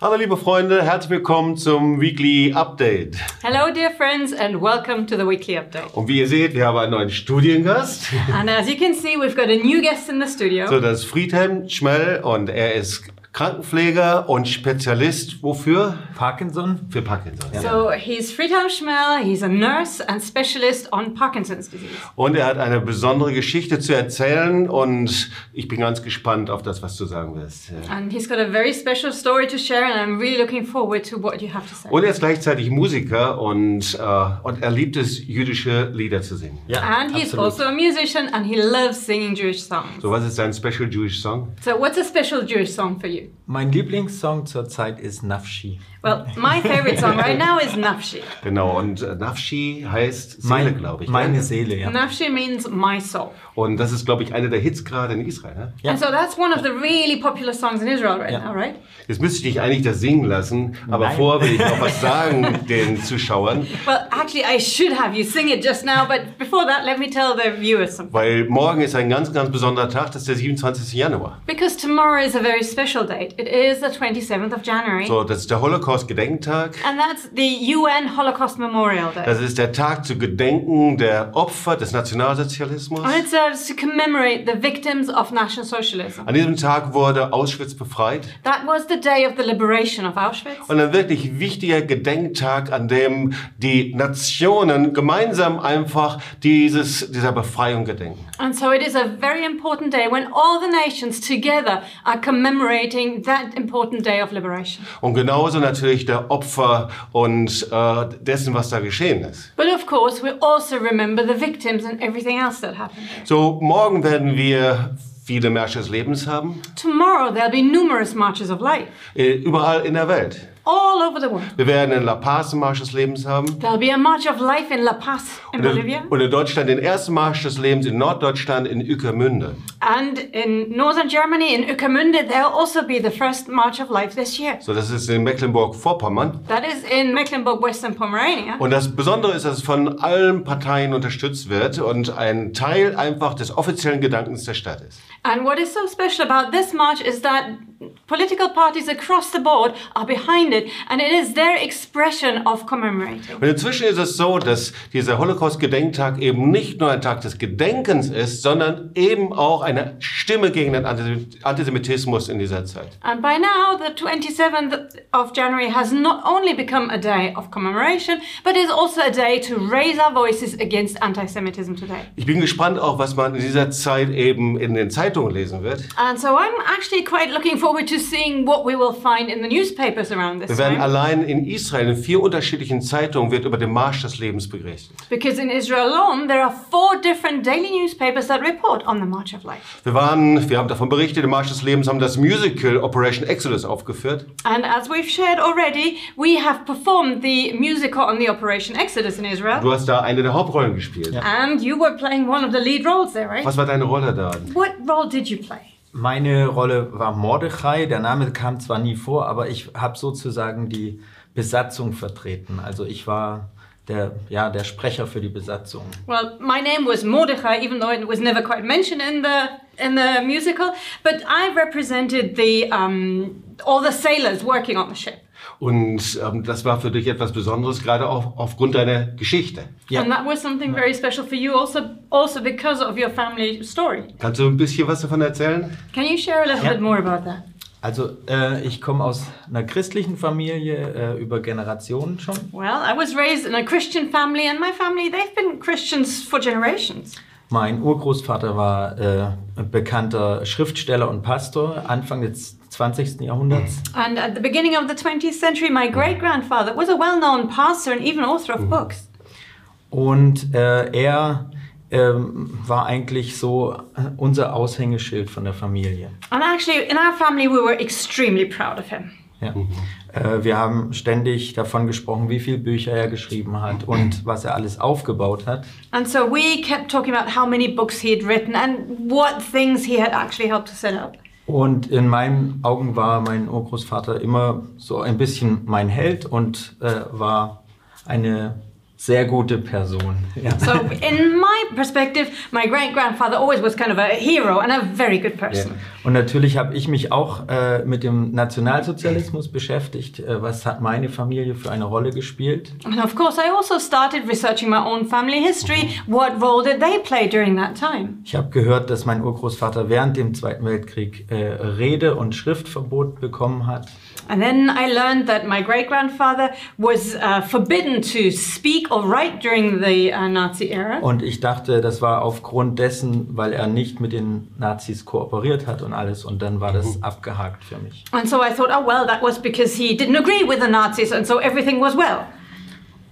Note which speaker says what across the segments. Speaker 1: Hallo liebe Freunde, herzlich willkommen zum Weekly Update.
Speaker 2: Hello, dear friends, and welcome to the weekly update.
Speaker 1: Und wie ihr seht, wir haben einen neuen Studiengast.
Speaker 2: And as you can see, we've got a new guest in the studio.
Speaker 1: So, das ist Friedhelm Schmell und er ist Krankenpfleger und Spezialist wofür?
Speaker 3: Parkinson?
Speaker 1: Für Parkinson.
Speaker 2: So he's Friedhelm Schmel, he's a nurse and specialist on Parkinson's disease.
Speaker 1: Und er hat eine besondere Geschichte zu erzählen und ich bin ganz gespannt auf das, was du sagen wirst.
Speaker 2: And he's got a very special story to share, and I'm really looking forward to what you have to say.
Speaker 1: Und er ist gleichzeitig Musiker und, äh, und er liebt es, jüdische Lieder zu singen.
Speaker 3: Ja,
Speaker 2: And he's also a musician and he loves singing Jewish songs.
Speaker 1: So, was ist dein Special Jewish Song?
Speaker 2: So, what's a special Jewish song for you?
Speaker 3: Mein Lieblingssong zurzeit ist Nafshi.
Speaker 2: Well, my favorite song right now is Nafshi.
Speaker 1: Genau, und äh, Nafshi heißt Seele,
Speaker 3: Meine,
Speaker 1: glaube ich.
Speaker 3: Meine
Speaker 1: ne?
Speaker 3: Seele, ja.
Speaker 2: Nafshi means my soul.
Speaker 1: Und das ist, glaube ich, einer der Hits gerade in Israel. Ne?
Speaker 3: Ja.
Speaker 2: And so that's one of the really popular songs in Israel right now, right?
Speaker 1: Jetzt müsste ich dich eigentlich das singen lassen, aber
Speaker 3: Nein.
Speaker 1: vorher will ich noch was sagen den Zuschauern,
Speaker 2: Well, actually, I should have you sing it just now, but before that, let me tell the viewers something.
Speaker 1: weil morgen ist ein ganz, ganz besonderer Tag, das ist der 27. Januar.
Speaker 2: Because tomorrow is a very special date. It is the 27th of January,
Speaker 1: So, das ist der Holocaust-Gedenktag.
Speaker 2: and that's the UN Holocaust Memorial Day.
Speaker 1: Das ist der Tag zu gedenken der Opfer des Nationalsozialismus.
Speaker 2: And it serves to commemorate the victims of National Socialism.
Speaker 1: An diesem Tag wurde Auschwitz befreit.
Speaker 2: That was the day of the liberation of Auschwitz.
Speaker 1: Und ein wirklich wichtiger Gedenktag, an dem die Nationen gemeinsam einfach dieses, dieser Befreiung gedenken.
Speaker 2: And so it is a very important day when all the nations together are commemorating that important day of liberation.
Speaker 1: Und genauso natürlich der Opfer und äh, dessen, was da geschehen ist.
Speaker 2: But of course, we also remember the victims and everything else that happened.
Speaker 1: So, morgen werden wir viele Märsche des Lebens haben,
Speaker 2: Tomorrow there'll be numerous marches of life
Speaker 1: äh, überall in der Welt.
Speaker 2: all over the world.
Speaker 1: Wir werden in La Paz einen Marsch des Lebens haben.
Speaker 2: There'll be a march of life in La Paz in
Speaker 1: Und
Speaker 2: Bolivia
Speaker 1: in- und in Deutschland den ersten Marsch des Lebens in Norddeutschland in Ückermünde.
Speaker 2: and in northern Germany in Ueckermünde there'll also be the first march of life this year.
Speaker 1: So, das ist in Mecklenburg-Vorpommern.
Speaker 2: That is in Mecklenburg-Western Pomerania.
Speaker 1: Und das Besondere ist, dass es von allen Parteien unterstützt wird und ein Teil einfach des offiziellen Gedankens der Stadt ist.
Speaker 2: And what is so special about this march is that political parties across the board are behind it and it is their expression of commemorating.
Speaker 1: Und inzwischen ist es so, dass dieser Holocaust-Gedenktag eben nicht nur ein Tag des Gedenkens ist, sondern eben auch eine Stimme gegen den Antisem- Antisemitismus in dieser Zeit.
Speaker 2: And by now, the 27th of January has not only become a day of commemoration, but is also a day to raise our voices against anti Semitism today.
Speaker 1: Ich bin gespannt auch, was man in dieser Zeit eben in den Zeitungen lesen wird.
Speaker 2: And so I'm actually quite looking forward to seeing what we will find in the newspapers around this
Speaker 1: Wir werden
Speaker 2: time.
Speaker 1: allein in Israel in vier unterschiedlichen Zeitungen wird über den Marsch des Lebens berichtet.
Speaker 2: Because in Israel alone, there are four different daily newspapers that report on the March of Life.
Speaker 1: Wir waren, wir haben davon berichtet, im Marsch des Lebens haben das Musical Operation Exodus aufgeführt.
Speaker 2: And as we've shared already, we have performed the musical on the Operation Exodus in Israel.
Speaker 1: Du hast da eine der Hauptrollen gespielt.
Speaker 2: And you were playing one of the lead roles there, right?
Speaker 1: Was war deine Rolle da?
Speaker 2: What role did you play?
Speaker 3: Meine Rolle war Mordechai. Der Name kam zwar nie vor, aber ich habe sozusagen die Besatzung vertreten. Also ich war der, ja, der Sprecher für die Besatzung.
Speaker 2: Well, my name was Mordechai, even though it was never quite mentioned in the in the musical. But I represented the um, all the sailors working on the ship,
Speaker 1: Und ähm, das war für dich etwas Besonderes, gerade auch aufgrund deiner Geschichte.
Speaker 3: Ja.
Speaker 2: and that was something very special for you, also also because of your family story.
Speaker 1: Kannst du ein bisschen was davon erzählen?
Speaker 2: Can you share a little
Speaker 3: Yeah.
Speaker 2: bit more about that?
Speaker 3: Also äh, ich komme aus einer christlichen Familie äh, über Generationen schon.
Speaker 2: Well, I was raised in a Christian family, and my family they've been Christians for generations.
Speaker 3: Mein Urgroßvater war äh, ein bekannter Schriftsteller und Pastor Anfang des 20. Jahrhunderts.
Speaker 2: And at the beginning of the 20th century, my great grandfather was a well-known pastor and even author of books.
Speaker 3: Und äh, er ähm, war eigentlich so äh, unser Aushängeschild von der Familie.
Speaker 2: And actually, in our family, we were extremely proud of him.
Speaker 3: Ja. Äh, wir haben ständig davon gesprochen, wie viele Bücher er geschrieben hat und was er alles aufgebaut hat.
Speaker 2: And so we kept talking about how many books he had written and what things he had actually helped to set up.
Speaker 3: Und in meinen Augen war mein Urgroßvater immer so ein bisschen mein Held und äh, war eine sehr gute Person. Ja.
Speaker 2: So, in my perspective, my great grandfather always was kind of a hero and a very good person.
Speaker 3: Und natürlich habe ich mich auch äh, mit dem Nationalsozialismus beschäftigt. Äh, was hat meine Familie für eine Rolle gespielt?
Speaker 2: And of course, I also started researching my own family history. What role did they play during that time?
Speaker 3: Ich habe gehört, dass mein Urgroßvater während dem Zweiten Weltkrieg äh, Rede- und Schriftverbot bekommen hat.
Speaker 2: And then I learned that my great grandfather was uh, forbidden to speak or write during the uh, Nazi era.
Speaker 3: Und ich dachte, das war aufgrund dessen, weil er nicht mit den Nazis kooperiert hat und alles. Und dann war das abgehakt für mich.
Speaker 2: And so I thought, oh, well, that was because he didn't agree with the Nazis, and so everything was well.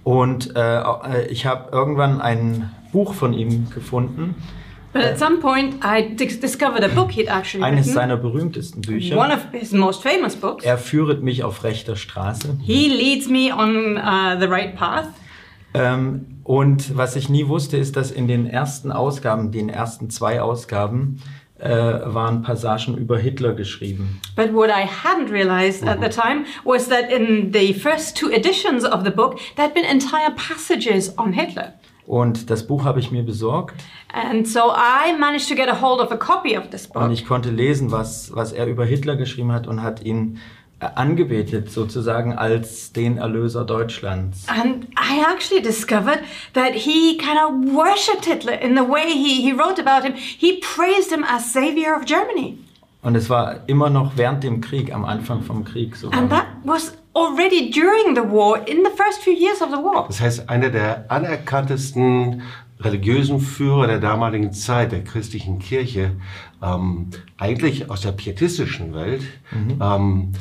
Speaker 3: Und äh, äh, ich habe irgendwann ein Buch von ihm gefunden,
Speaker 2: But at some point, I dis- discovered a book he'd actually
Speaker 3: eines
Speaker 2: written,
Speaker 3: seiner berühmtesten
Speaker 2: Mhm. one
Speaker 3: Bücher.
Speaker 2: of his most famous books.
Speaker 3: Er führet mich auf rechter Straße.
Speaker 2: He leads me on uh, the right path.
Speaker 3: Ähm, und was ich nie wusste, ist, dass in den ersten Ausgaben, den ersten zwei Ausgaben, äh, waren Passagen über Hitler geschrieben.
Speaker 2: But what I hadn't realized at the time was that in the first two editions of the book, there had been entire passages on Hitler.
Speaker 3: Und das Buch habe ich mir besorgt
Speaker 2: And so I managed to get a hold of a copy of this book.
Speaker 3: und ich konnte lesen, was, was er über Hitler geschrieben hat und hat ihn äh, angebetet sozusagen als den Erlöser Deutschlands.
Speaker 2: And I actually discovered that he kind of worshipped Hitler in the way he, he wrote about him. He praised him as savior of Germany.
Speaker 3: Und es war immer noch während dem Krieg, am Anfang vom Krieg
Speaker 2: And
Speaker 3: sogar.
Speaker 2: that was already during the war, in the first few years of the war.
Speaker 1: Das heißt, einer der anerkanntesten religiösen Führer der damaligen Zeit, der christlichen Kirche, ähm, eigentlich aus der pietistischen Welt, ähm,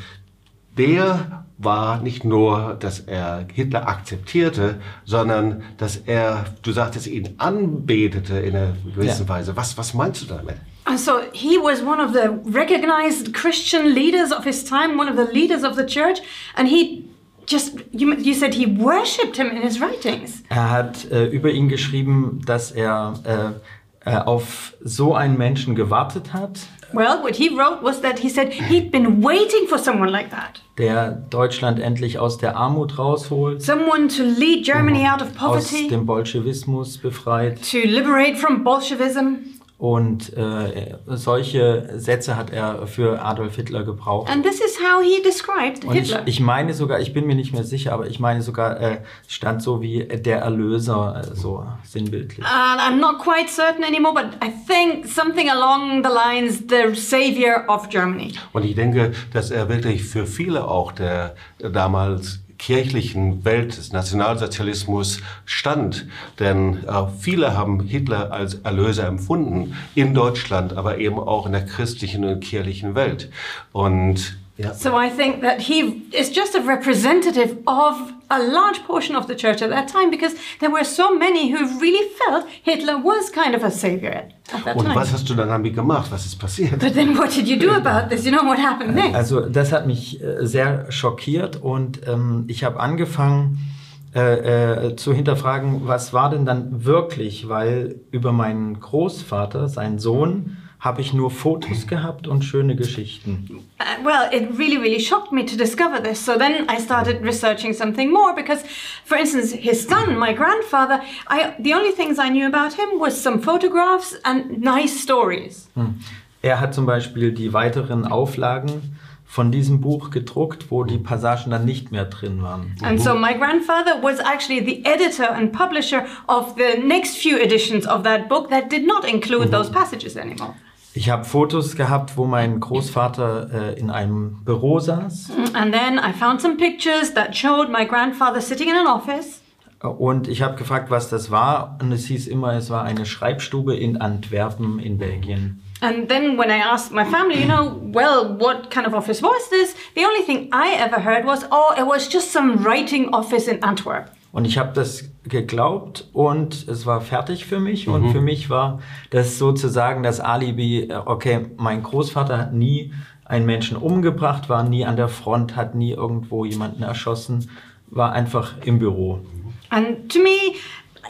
Speaker 1: der war nicht nur, dass er Hitler akzeptierte, sondern dass er, du sagtest, ihn anbetete in einer gewissen
Speaker 3: Ja.
Speaker 1: Weise. Was, was meinst du damit?
Speaker 2: And so he was one of the recognized Christian leaders of his time, one of the leaders of the church. And he just, you, you said he worshipped him in his writings.
Speaker 3: Er hat äh, über ihn geschrieben, dass er äh, äh, auf so einen Menschen gewartet hat,
Speaker 2: Well, what he wrote was that he said he'd been waiting for someone like that.
Speaker 3: der Deutschland endlich aus der Armut rausholt,
Speaker 2: Someone to lead Germany out of
Speaker 3: aus
Speaker 2: poverty.
Speaker 3: dem Bolschewismus befreit.
Speaker 2: to liberate from Bolshevism.
Speaker 3: Und äh, solche Sätze hat er für Adolf Hitler gebraucht.
Speaker 2: And this is how he described
Speaker 3: Und ich,
Speaker 2: Hitler.
Speaker 3: ich meine sogar, ich bin mir nicht mehr sicher, aber ich meine sogar, äh, stand so wie äh, der Erlöser, äh, so sinnbildlich.
Speaker 2: and I'm not quite certain anymore, but I think something along the lines the savior of Germany.
Speaker 1: Und ich denke, dass er wirklich für viele auch der damals kirchlichen Welt des Nationalsozialismus stand. Denn äh, viele haben Hitler als Erlöser empfunden in Deutschland, aber eben auch in der christlichen und kirchlichen Welt. Und ja.
Speaker 2: So I think that he is just a representative of a large portion of the church at that time because there were so many who really felt Hitler was kind of a savior at, at that
Speaker 1: Und
Speaker 2: time.
Speaker 1: was hast du dann damit gemacht? Was ist passiert?
Speaker 2: But then what did you do about this? You know what happened next?
Speaker 3: Also das hat mich äh, sehr schockiert und ähm, ich habe angefangen äh, äh, zu hinterfragen, was war denn dann wirklich, weil über meinen Großvater, seinen Sohn, habe ich nur Fotos gehabt und schöne Geschichten.
Speaker 2: Uh, well, it really, really shocked me to discover this. So then I started researching something more because, for instance, his son, my grandfather, I, the only things I knew about him was some photographs and nice stories.
Speaker 3: Er hat zum Beispiel die weiteren Auflagen von diesem Buch gedruckt, wo die Passagen dann nicht mehr drin waren.
Speaker 2: And so my grandfather was actually the editor and publisher of the next few editions of that book that did not include those passages anymore.
Speaker 3: Ich habe Fotos gehabt, wo mein Großvater äh, in einem Büro saß.
Speaker 2: And then I found some pictures that showed my grandfather sitting in an office.
Speaker 3: Und ich habe gefragt, was das war. Und es hieß immer, es war eine Schreibstube in Antwerpen in Belgien.
Speaker 2: And then when I asked my family, you know, well, what kind of office was this? The only thing I ever heard was, oh, it was just some writing office in Antwerp.
Speaker 3: Und ich habe das geglaubt und es war fertig für mich. Und für mich war das sozusagen das Alibi, äh, okay, mein Großvater hat nie einen Menschen umgebracht, war nie an der Front, hat nie irgendwo jemanden erschossen, war einfach im Büro.
Speaker 2: And to me,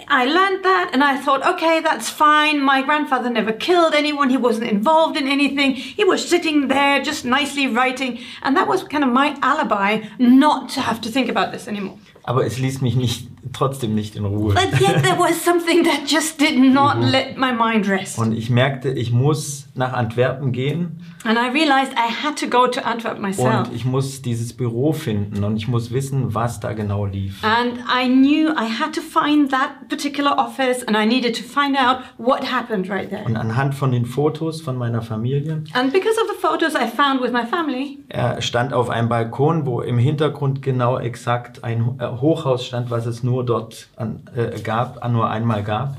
Speaker 2: I learned that and I thought, okay, that's fine. My grandfather never killed anyone. He wasn't involved in anything. He was sitting there just nicely writing. And that was kind of my alibi not to have to think about this anymore.
Speaker 3: Aber es ließ mich nicht trotzdem nicht in Ruhe.
Speaker 2: But yet there was something that just did not let my mind rest.
Speaker 3: Und ich merkte, ich muss nach Antwerpen gehen
Speaker 2: And I realized I had to go to Antwerp myself.
Speaker 3: und ich muss dieses Büro finden und ich muss wissen, was da genau lief.
Speaker 2: And I knew I had to find that particular office and I needed to find out what happened right there.
Speaker 3: Und anhand von den Fotos von meiner Familie
Speaker 2: And because of the photos I found with my family,
Speaker 3: Er stand auf einem Balkon, wo im Hintergrund genau exakt ein Ho- äh, Hochhaus stand, was es nur dort an, äh, gab, an nur einmal gab.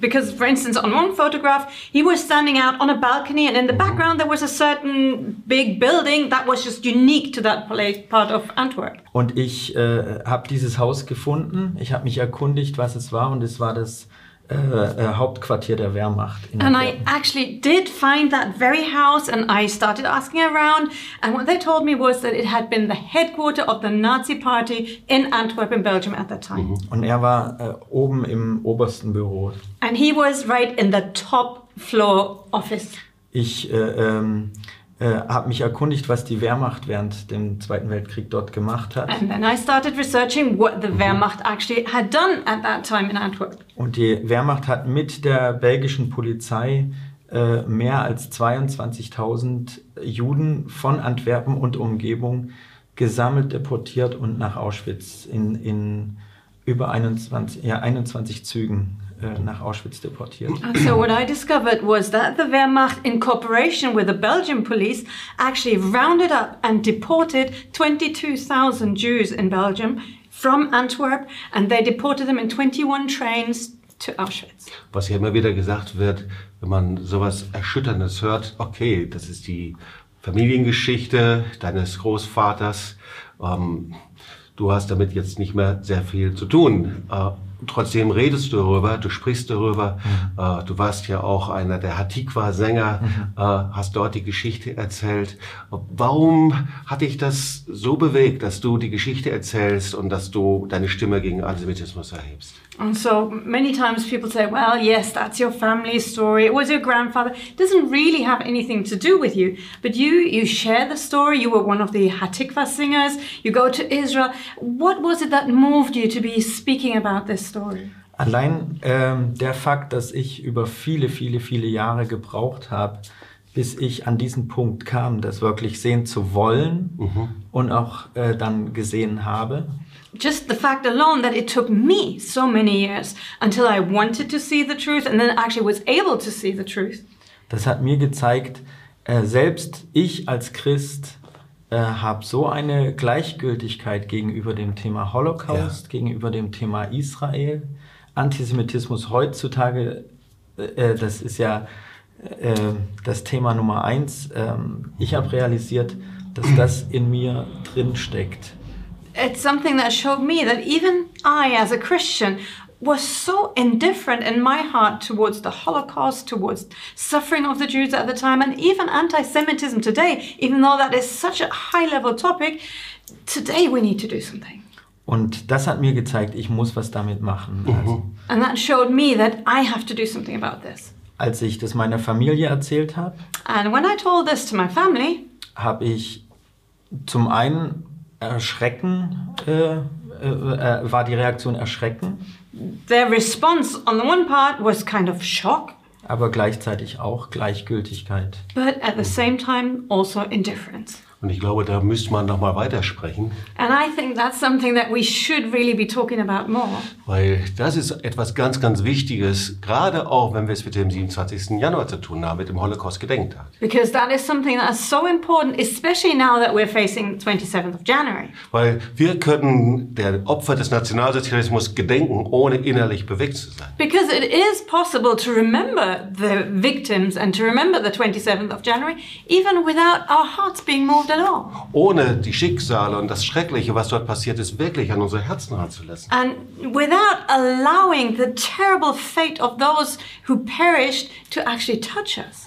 Speaker 2: because for instance, on one photograph, he was standing out on a balcony and in the background there was a certain big building that was just unique to that pla- part of Antwerp.
Speaker 3: Und ich äh, habe dieses Haus gefunden. Ich habe mich erkundigt, was es war. Und es war das äh, äh, Hauptquartier der Wehrmacht. in
Speaker 2: And I
Speaker 3: Antwerpen.
Speaker 2: actually did find that very house and I started asking around and what they told me was that it had been the headquarter of the Nazi party in Antwerp in Belgium at that time.
Speaker 3: Und er war äh, oben im obersten Büro.
Speaker 2: And he was right in the top floor office.
Speaker 3: Ich äh, ähm, äh, habe mich erkundigt, was die Wehrmacht während dem Zweiten Weltkrieg dort gemacht hat.
Speaker 2: And then I started researching what the Wehrmacht actually had done at that time in Antwerp.
Speaker 3: Und die Wehrmacht hat mit der belgischen Polizei äh, mehr als 22.000 Juden von Antwerpen und Umgebung gesammelt, deportiert und nach Auschwitz in, in über 21, ja, 21 Zügen äh, nach Auschwitz deportiert.
Speaker 2: And so what I discovered was that the Wehrmacht, in cooperation with the Belgian police, actually rounded up and deported 22,000 Jews in Belgium from Antwerp, and they deported them in 21 trains to Auschwitz.
Speaker 1: was ja immer wieder gesagt wird, wenn man sowas Erschütterndes hört, okay, das ist die Familiengeschichte deines Großvaters, ähm, du hast damit jetzt nicht mehr sehr viel zu tun. Äh, trotzdem redest du darüber, du sprichst darüber, äh, du warst ja auch einer der Hatikwa-Sänger, äh, hast dort die Geschichte erzählt. Warum hat dich das so bewegt, dass du die Geschichte erzählst und dass du deine Stimme gegen Antisemitismus erhebst?
Speaker 2: And so many times people say, well, yes, that's your family story. It was your grandfather. It doesn't really have anything to do with you. But you, you share the story. You were one of the Hatikva singers. You go to Israel. What was it that moved you to be speaking about this story?
Speaker 3: Allein ähm, der Fakt, dass ich über viele, viele, viele Jahre gebraucht habe, bis ich an diesen Punkt kam, das wirklich sehen zu wollen und auch äh, dann gesehen habe.
Speaker 2: Just the fact alone that it took me so many years until I wanted to see the truth and then actually was able to see the truth.
Speaker 3: Das hat mir gezeigt, äh, selbst ich als Christ äh, habe so eine Gleichgültigkeit gegenüber dem Thema Holocaust, gegenüber dem Thema Israel. Antisemitismus heutzutage, äh, äh, das ist ja äh, das Thema Nummer eins. Ähm, ich habe realisiert, dass das in mir drin steckt.
Speaker 2: it's something that showed me that even I, as a Christian, was so indifferent in my heart towards the Holocaust, towards suffering of the Jews at the time, and even anti Semitism today, even though that is such a high level topic, today we need to do something.
Speaker 3: Und das hat mir gezeigt, ich muss was damit machen. Also,
Speaker 2: And that showed me that I have to do something about this.
Speaker 3: als ich das meiner Familie erzählt habe,
Speaker 2: And when I told this to my family,
Speaker 3: habe ich zum einen Erschrecken, äh, äh, äh, war die Reaktion Erschrecken,
Speaker 2: their response on the one part was kind of shock,
Speaker 3: aber gleichzeitig auch Gleichgültigkeit.
Speaker 2: but at the same time also indifference.
Speaker 1: Und ich glaube, da müsste man nochmal weitersprechen,
Speaker 2: And I think that's something that we should really be talking about more.
Speaker 1: weil das ist etwas ganz, ganz Wichtiges, gerade auch wenn wir es mit dem 27. Januar zu tun haben, mit dem Holocaust-Gedenktag.
Speaker 2: Because that is something that is so important, especially now that we're facing 27th of January.
Speaker 1: Weil wir können der Opfer des Nationalsozialismus gedenken, ohne innerlich bewegt zu sein.
Speaker 2: Because it is possible to remember the victims and to remember the 27th of January, even without our hearts being moved at all.
Speaker 1: Ohne die Schicksale und das Schreckliche, was dort passiert ist, wirklich an unser Herzen ranzulassen.
Speaker 2: And without allowing the terrible fate of those who perished to actually touch us.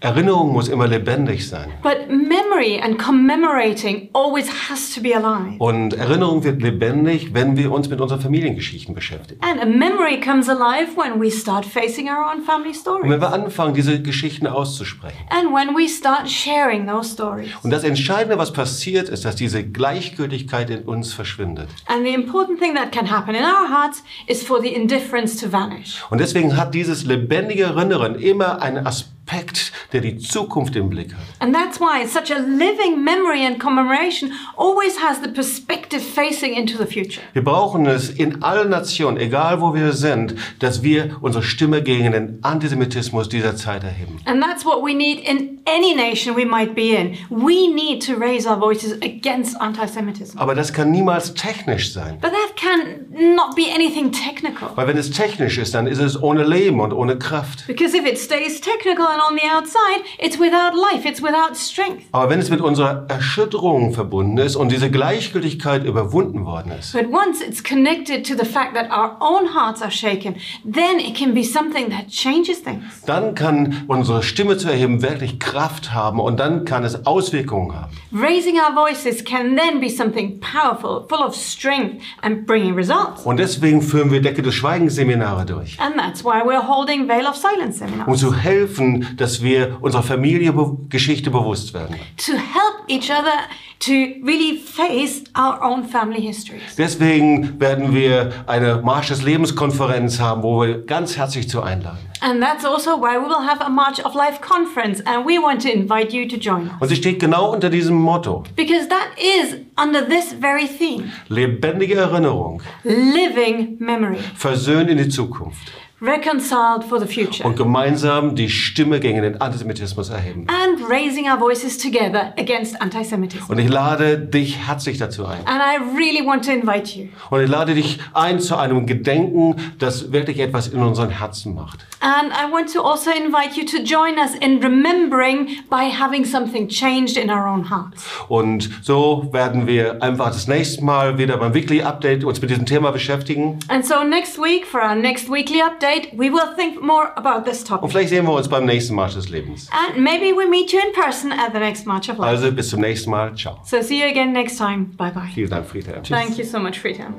Speaker 1: Erinnerung muss immer lebendig sein.
Speaker 2: But memory and commemorating always has to be alive.
Speaker 1: Und Erinnerung wird lebendig, wenn wir uns mit unseren Familiengeschichten beschäftigen.
Speaker 2: And a memory comes alive when we start facing our own family
Speaker 1: Und wenn
Speaker 2: stories.
Speaker 1: wir anfangen, diese Geschichten auszusprechen.
Speaker 2: And when we start sharing those stories.
Speaker 1: Und das Entscheidende, was passiert, ist, dass diese Gleichgültigkeit in uns verschwindet.
Speaker 2: And the important thing that can happen in our hearts is for the indifference to vanish.
Speaker 1: Und deswegen hat dieses lebendige Erinnern immer einen Aspekt, der die Zukunft im Blick hat.
Speaker 2: And that's why such a living memory and commemoration always has the perspective facing into the future.
Speaker 1: Wir brauchen es in allen Nationen, egal wo wir sind, dass wir unsere Stimme gegen den Antisemitismus dieser Zeit erheben.
Speaker 2: And that's what we need in any nation we might be in. We need to raise our voices against anti Semitism.
Speaker 1: Aber das kann niemals technisch sein.
Speaker 2: But that can not be anything technical.
Speaker 1: Weil wenn es technisch ist, dann ist es ohne Leben und ohne Kraft.
Speaker 2: Because if it stays technical and on the outside, it's without life, it's without strength.
Speaker 1: Aber wenn es mit unserer Erschütterung verbunden ist und diese Gleichgültigkeit überwunden worden ist,
Speaker 2: But once it's connected to the fact that our own hearts are shaken, then it can be something that changes things.
Speaker 1: dann kann unsere Stimme zu erheben wirklich Kraft haben und dann kann es Auswirkungen haben.
Speaker 2: Raising our voices can then be something powerful, full of strength, and bringing results.
Speaker 1: Und deswegen führen wir Decke des Schweigens Seminare durch,
Speaker 2: And that's why we're holding Veil of Silence
Speaker 1: um
Speaker 2: seminars
Speaker 1: zu helfen, dass wir unserer Familie Be- Geschichte bewusst werden.
Speaker 2: to help each other to really face our own family histories.
Speaker 1: Deswegen werden wir eine Marsch des Lebenskonferenz haben, wo wir ganz herzlich zu einladen.
Speaker 2: And that's also why we will have a March of Life conference, and we want to invite you to join us.
Speaker 1: Und sie steht genau unter diesem Motto.
Speaker 2: Because that is under this very theme
Speaker 1: Lebendige Erinnerung,
Speaker 2: living memory,
Speaker 1: versöhnt in die Zukunft
Speaker 2: reconciled for the future,
Speaker 1: und gemeinsam die Stimme gegen den Antisemitismus erheben.
Speaker 2: and raising our voices together against anti Semitism.
Speaker 1: Und ich lade dich herzlich dazu ein.
Speaker 2: And I really want to invite you.
Speaker 1: Und ich lade dich ein zu einem Gedenken, das wirklich etwas in unseren Herzen macht.
Speaker 2: And I want to also invite you to join us in remembering by having something changed in our own hearts.
Speaker 1: Und so werden wir einfach das nächste Mal wieder beim Weekly Update uns mit diesem Thema beschäftigen.
Speaker 2: And so next week, for our next weekly update, we will think more about this
Speaker 1: Und
Speaker 2: topic.
Speaker 1: vielleicht sehen wir uns beim nächsten Marsch des Lebens.
Speaker 2: And maybe we meet you in person at the next March of Life.
Speaker 1: Also bis zum nächsten Mal. Ciao.
Speaker 2: So see you again next time. Bye bye.
Speaker 1: Vielen Dank, Friedhelm.
Speaker 2: Thank you so much, Friedhelm.